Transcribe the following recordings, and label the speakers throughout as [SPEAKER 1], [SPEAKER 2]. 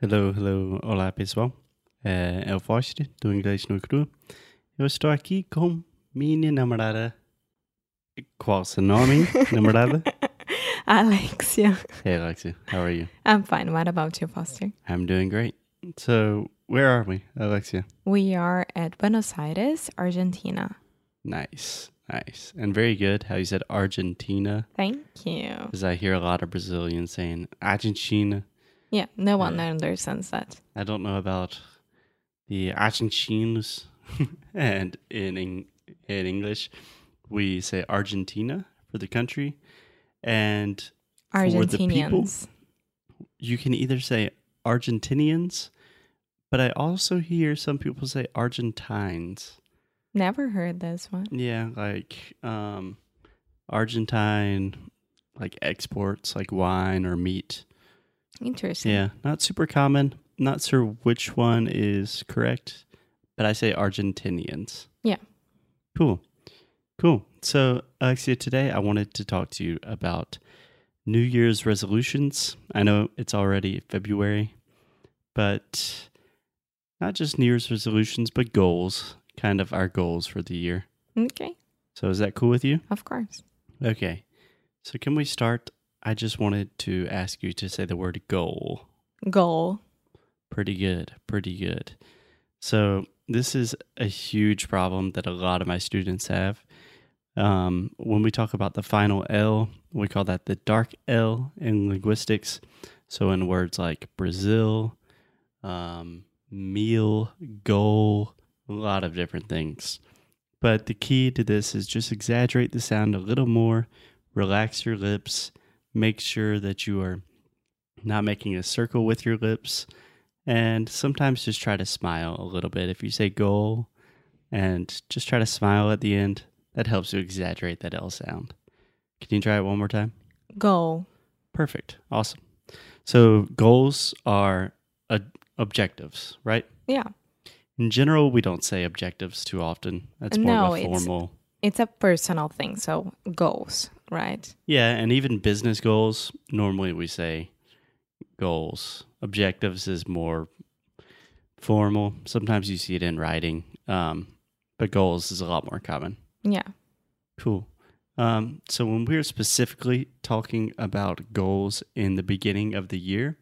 [SPEAKER 1] Hello, hello, olá pessoal. É, é o Foster, do Inglês no Cru. Eu estou aqui com minha namorada. Qual seu nome, namorada?
[SPEAKER 2] Alexia.
[SPEAKER 1] Hey, Alexia, how are you?
[SPEAKER 2] I'm fine. What about you, Foster?
[SPEAKER 1] I'm doing great. So, where are we, Alexia?
[SPEAKER 2] We are at Buenos Aires, Argentina.
[SPEAKER 1] Nice, nice. And very good how you said Argentina,
[SPEAKER 2] Thank you.
[SPEAKER 1] because I hear a lot of Brazilians saying Argentina.
[SPEAKER 2] Yeah, no one
[SPEAKER 1] Yeah.
[SPEAKER 2] understands that.
[SPEAKER 1] I don't know about the Argentines and in Eng- in English we say Argentina for the country and For the people?
[SPEAKER 2] Argentinians.
[SPEAKER 1] you can either say Argentinians but I also hear some people say Argentines.
[SPEAKER 2] Never heard this one.
[SPEAKER 1] Yeah, like um Argentine like exports like wine or meat.
[SPEAKER 2] Interesting.
[SPEAKER 1] Yeah, not super common. Not sure which one is correct, but I say Argentinians.
[SPEAKER 2] Yeah.
[SPEAKER 1] Cool. Cool. So, Alexia, today I wanted to talk to you about New Year's resolutions. I know it's already February, but not just New Year's resolutions, but goals, kind of our goals for the year.
[SPEAKER 2] Okay,
[SPEAKER 1] So, is that cool with you?
[SPEAKER 2] of course.
[SPEAKER 1] Okay. So, can we start? I just wanted to ask you to say the word goal.
[SPEAKER 2] Goal.
[SPEAKER 1] Pretty good. Pretty good. So, this is a huge problem that a lot of my students have. Um, when we talk about the final L, we call that the dark L in linguistics. So, in words like Brazil, um, meal, goal, a lot of different things. But the key to this is just exaggerate the sound a little more, relax your lips, make sure that you are not making a circle with your lips and sometimes just try to smile a little bit. If you say goal and just try to smile at the end, that helps you exaggerate that L sound. Can you try it one more time?
[SPEAKER 2] Goal.
[SPEAKER 1] Perfect. Awesome. So, goals are uh, objectives, right?
[SPEAKER 2] Yeah.
[SPEAKER 1] In general, we don't say objectives too often. That's more
[SPEAKER 2] No,
[SPEAKER 1] of a
[SPEAKER 2] it's-
[SPEAKER 1] formal.
[SPEAKER 2] It's a personal thing, so goals, right?
[SPEAKER 1] Yeah, and even business goals, normally we say goals. Objectives is more formal. Sometimes you see it in writing, um, but goals is a lot more common.
[SPEAKER 2] Yeah.
[SPEAKER 1] Cool. Um, so when we're specifically talking about goals in the beginning of the year,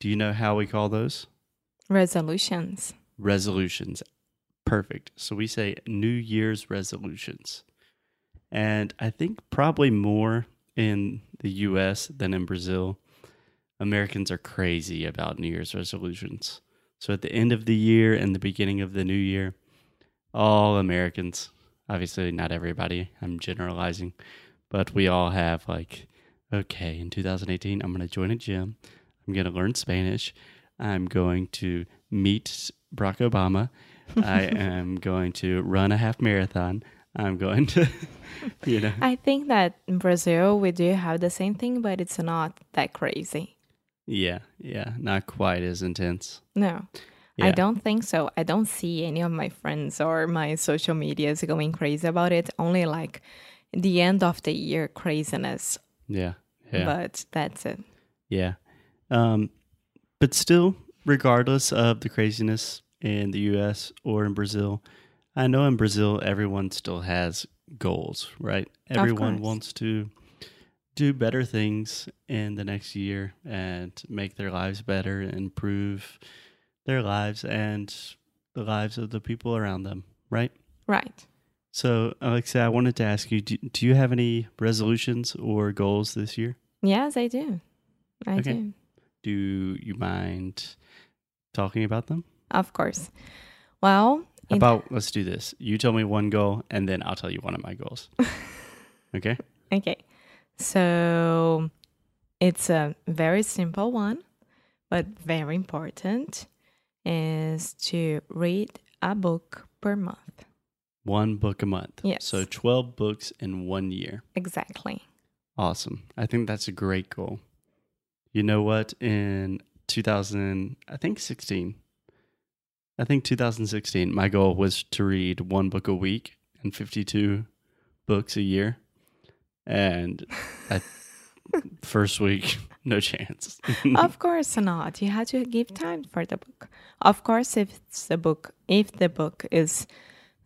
[SPEAKER 1] do you know how we call those?
[SPEAKER 2] Resolutions.
[SPEAKER 1] resolutions. Perfect. So we say New Year's resolutions. And I think probably more in the US than in Brazil. Americans are crazy about New Year's resolutions. So at the end of the year and the beginning of the new year, all Americans, obviously not everybody, I'm generalizing, but we all have like, okay, in 2018, I'm going to join a gym. I'm going to learn Spanish. I'm going to meet Barack Obama. I am going to run a half marathon. I'm going to, you know,
[SPEAKER 2] I think that in Brazil we do have the same thing, but it's not that crazy.
[SPEAKER 1] yeah, yeah, not quite as intense.
[SPEAKER 2] No.
[SPEAKER 1] Yeah.
[SPEAKER 2] I don't think so. I don't see any of my friends or my social medias going crazy about it. Only like the end of the year craziness.
[SPEAKER 1] Yeah, yeah.
[SPEAKER 2] But that's it.
[SPEAKER 1] Yeah. Um, but still, regardless of the craziness in the US or in Brazil, I know in Brazil, everyone still has goals, right? Everyone
[SPEAKER 2] course.
[SPEAKER 1] wants to do better things in the next year and make their lives better, improve their lives and the lives of the people around them, right?
[SPEAKER 2] Right.
[SPEAKER 1] So, Alexa, I wanted to ask you do, do you have any resolutions or goals this year?
[SPEAKER 2] Yes, I do. I
[SPEAKER 1] Okay.
[SPEAKER 2] do.
[SPEAKER 1] Do you mind talking about them?
[SPEAKER 2] Of course. Well,
[SPEAKER 1] How
[SPEAKER 2] in-
[SPEAKER 1] about let's do this. You tell me one goal, and then I'll tell you one of my goals. okay.
[SPEAKER 2] okay. So it's a very simple one, but very important is to read a book per month.
[SPEAKER 1] One book a month.
[SPEAKER 2] Yes.
[SPEAKER 1] So 12 books in one year.
[SPEAKER 2] Exactly.
[SPEAKER 1] Awesome. I think that's a great goal. You know what? In 2000, I think 16, I think 2016, my goal was to read one book a week and 52 books a year. And I first week, no chance.
[SPEAKER 2] of course not. You have to give time for the book. Of course, if it's the book, if the book is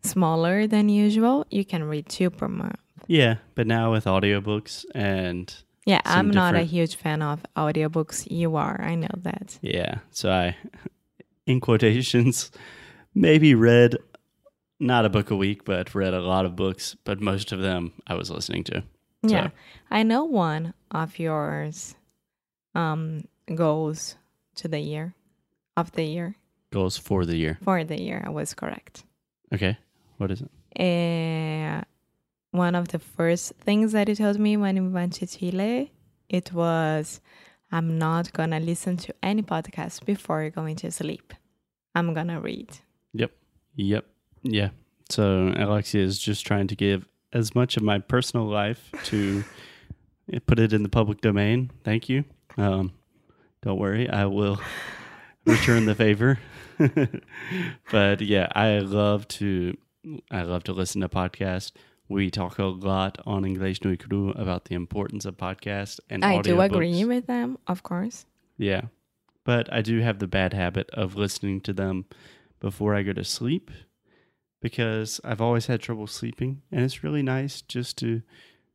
[SPEAKER 2] smaller than usual, you can read two per month.
[SPEAKER 1] yeah, but now with audiobooks and
[SPEAKER 2] Yeah,
[SPEAKER 1] Some
[SPEAKER 2] I'm not a
[SPEAKER 1] different-
[SPEAKER 2] huge fan of audiobooks. You are, I know that.
[SPEAKER 1] yeah, so I, in quotations, maybe read not a book a week, but read a lot of books, but most of them I was listening to.
[SPEAKER 2] Yeah, I know one of yours um goals to the year of the year
[SPEAKER 1] Goals for the year.
[SPEAKER 2] for the year. I was correct.
[SPEAKER 1] Okay, what is it?
[SPEAKER 2] Uh, one of the first things that he told me when we went to Chile, it was, I'm not gonna listen to any podcast before going to sleep. I'm gonna read.
[SPEAKER 1] Yep. Yeah. So Alexia is just trying to give as much of my personal life to put it in the public domain. Thank you. Um, don't worry, I will return the favor. but yeah, I love to I love to listen to podcasts. We talk a lot on English Nui Cru about the importance of podcasts and
[SPEAKER 2] I do agree
[SPEAKER 1] audiobooks.
[SPEAKER 2] with them, of course.
[SPEAKER 1] Yeah. But I do have the bad habit of listening to them before I go to sleep because I've always had trouble sleeping. And it's really nice just to,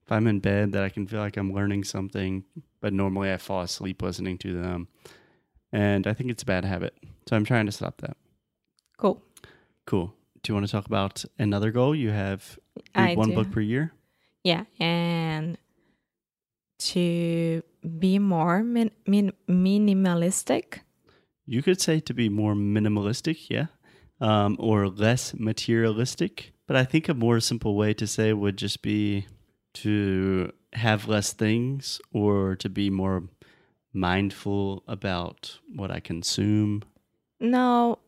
[SPEAKER 1] if I'm in bed, that I can feel like I'm learning something. But normally I fall asleep listening to them. And I think it's a bad habit. So I'm trying to stop that.
[SPEAKER 2] Cool.
[SPEAKER 1] Cool. Do you want to talk about another goal you have? Read
[SPEAKER 2] I
[SPEAKER 1] one
[SPEAKER 2] do.
[SPEAKER 1] book per year?
[SPEAKER 2] Yeah, and to be more min- min- minimalistic.
[SPEAKER 1] You could say to be more minimalistic, yeah, um, or less materialistic. But I think a more simple way to say would just be to have less things or to be more mindful about what I consume.
[SPEAKER 2] No,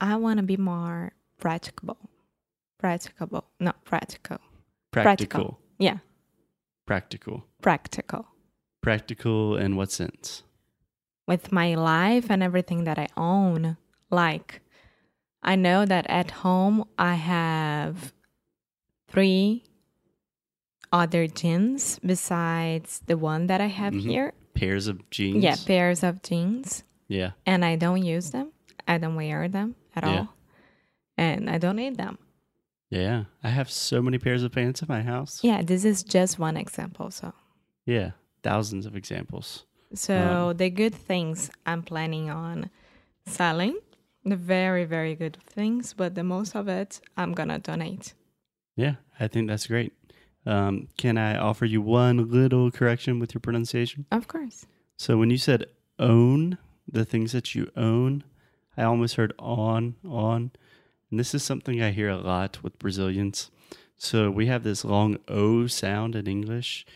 [SPEAKER 2] I want to be more practicable. Practicable, not practical.
[SPEAKER 1] Practical.
[SPEAKER 2] Practical. Yeah,
[SPEAKER 1] Practical.
[SPEAKER 2] practical.
[SPEAKER 1] Practical in what sense?
[SPEAKER 2] with my life and everything that I own. Like, I know that at home I have three other jeans besides the one that I have
[SPEAKER 1] Mhm.
[SPEAKER 2] here.
[SPEAKER 1] Pairs of jeans.
[SPEAKER 2] Yeah, pairs of jeans,
[SPEAKER 1] Yeah.
[SPEAKER 2] and I don't use them. I don't wear them at
[SPEAKER 1] Yeah.
[SPEAKER 2] all, and I don't need them.
[SPEAKER 1] Yeah. I have so many pairs of pants in my house.
[SPEAKER 2] Yeah, this is just one example. So,
[SPEAKER 1] yeah. Thousands of examples.
[SPEAKER 2] so
[SPEAKER 1] Um,
[SPEAKER 2] the good things I'm planning on selling, the very very good things, but the most of it I'm gonna donate.
[SPEAKER 1] Yeah, I think that's great. Um, can I offer you one little correction with your pronunciation?
[SPEAKER 2] Of course.
[SPEAKER 1] So when you said own the things that you own, I almost heard on on, and this is something I hear a lot with Brazilians. So we have this long o sound in English,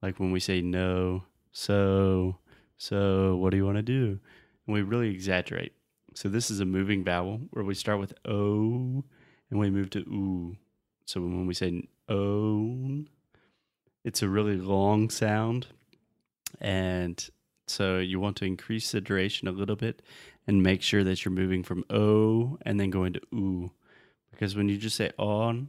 [SPEAKER 1] like when we say no, so, so. What do you want to do? And we really exaggerate. So this is a moving vowel where we start with o, and we move to oo. So when we say own, it's a really long sound. And so you want to increase the duration a little bit and make sure that you're moving from O and then going to oo. Because when you just say on,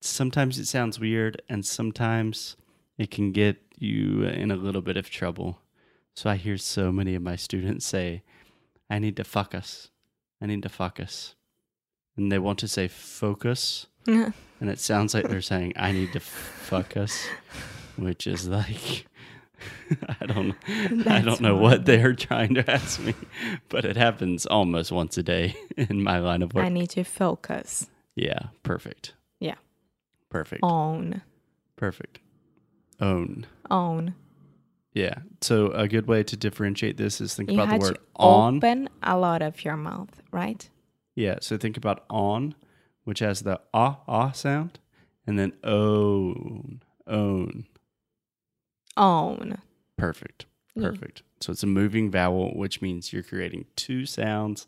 [SPEAKER 1] sometimes it sounds weird and sometimes it can get you in a little bit of trouble. So I hear so many of my students say, I need to focus. I need to focus. And they want to say focus. And it sounds like they're saying, I need to fuck us, which is like, I don't, I
[SPEAKER 2] That's
[SPEAKER 1] don't know
[SPEAKER 2] wild.
[SPEAKER 1] what they're trying to ask me, but it happens almost once a day in my line of work.
[SPEAKER 2] I need to focus,
[SPEAKER 1] yeah. Perfect.
[SPEAKER 2] Yeah.
[SPEAKER 1] Perfect.
[SPEAKER 2] own,
[SPEAKER 1] Perfect. Own.
[SPEAKER 2] own.
[SPEAKER 1] Yeah. So a good way to differentiate this is think
[SPEAKER 2] You
[SPEAKER 1] about
[SPEAKER 2] had
[SPEAKER 1] the
[SPEAKER 2] to
[SPEAKER 1] word on.
[SPEAKER 2] open a lot of your mouth, right?
[SPEAKER 1] Yeah. So think about on, which has the ah, ah sound and then own, own.
[SPEAKER 2] Own.
[SPEAKER 1] Perfect.
[SPEAKER 2] Yeah.
[SPEAKER 1] Perfect. So it's a moving vowel, which means you're creating two sounds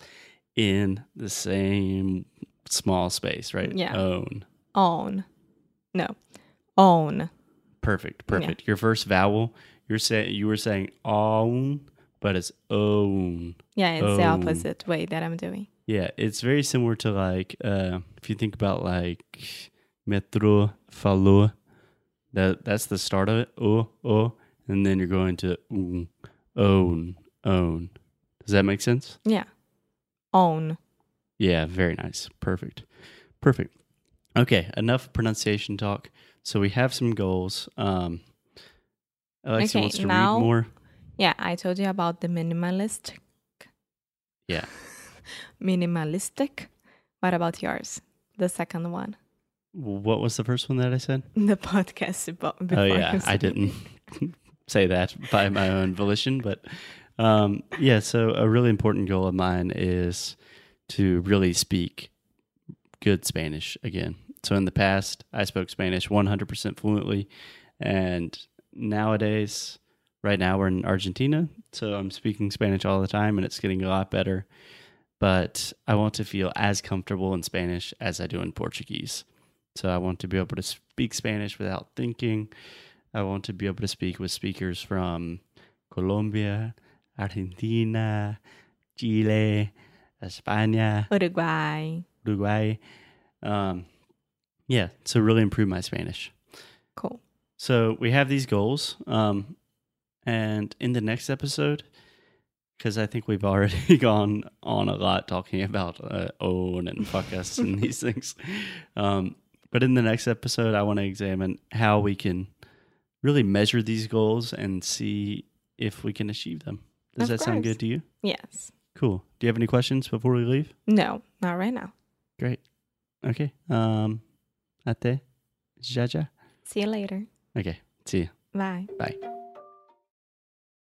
[SPEAKER 1] in the same small space, right?
[SPEAKER 2] Yeah.
[SPEAKER 1] Own.
[SPEAKER 2] Own. No. Own.
[SPEAKER 1] Perfect. Perfect. Your first vowel, you're saying you were saying own, but it's own.
[SPEAKER 2] Yeah, it's the
[SPEAKER 1] Own.
[SPEAKER 2] opposite way that I'm doing.
[SPEAKER 1] Yeah, it's very similar to like uh, if you think about like metro falou, that that's the start of it. Oh, oh, and then you're going to own, own, own. Does that make sense?
[SPEAKER 2] Yeah. Own.
[SPEAKER 1] Yeah, very nice. Perfect. Perfect. Okay, enough pronunciation talk. So we have some goals. Um, Alexia
[SPEAKER 2] Okay,
[SPEAKER 1] wants to
[SPEAKER 2] now-
[SPEAKER 1] read more.
[SPEAKER 2] Yeah, I told you about the minimalist.
[SPEAKER 1] Yeah.
[SPEAKER 2] Minimalistic. What about yours? The second one.
[SPEAKER 1] What was the first one that I said?
[SPEAKER 2] The podcast about before
[SPEAKER 1] Oh yeah,
[SPEAKER 2] you
[SPEAKER 1] I
[SPEAKER 2] said-
[SPEAKER 1] didn't say that by my own volition, but um, yeah. So a really important goal of mine is to really speak good Spanish again. So in the past, I spoke Spanish 100% fluently, and nowadays, right now we're in Argentina, so I'm speaking Spanish all the time, and it's getting a lot better. But I want to feel as comfortable in Spanish as I do in Portuguese. So I want to be able to speak Spanish without thinking. I want to be able to speak with speakers from Colombia, Argentina, Chile, España,
[SPEAKER 2] Uruguay.
[SPEAKER 1] Uruguay. Um, yeah, so really improve my Spanish.
[SPEAKER 2] Cool.
[SPEAKER 1] So we have these goals. Um, and in the next episode, because I think we've already gone on a lot talking about uh, own and fuck us and these things. Um, but in the next episode, I want to examine how we can really measure these goals and see if we can achieve them. Does
[SPEAKER 2] Of
[SPEAKER 1] that sound
[SPEAKER 2] course.
[SPEAKER 1] good to you?
[SPEAKER 2] Yes.
[SPEAKER 1] Cool. Do you have any questions before we leave?
[SPEAKER 2] No, not right now.
[SPEAKER 1] Great. Okay. Um, ate. Jaja.
[SPEAKER 2] See you later.
[SPEAKER 1] Okay. See you.
[SPEAKER 2] Bye.
[SPEAKER 1] Bye.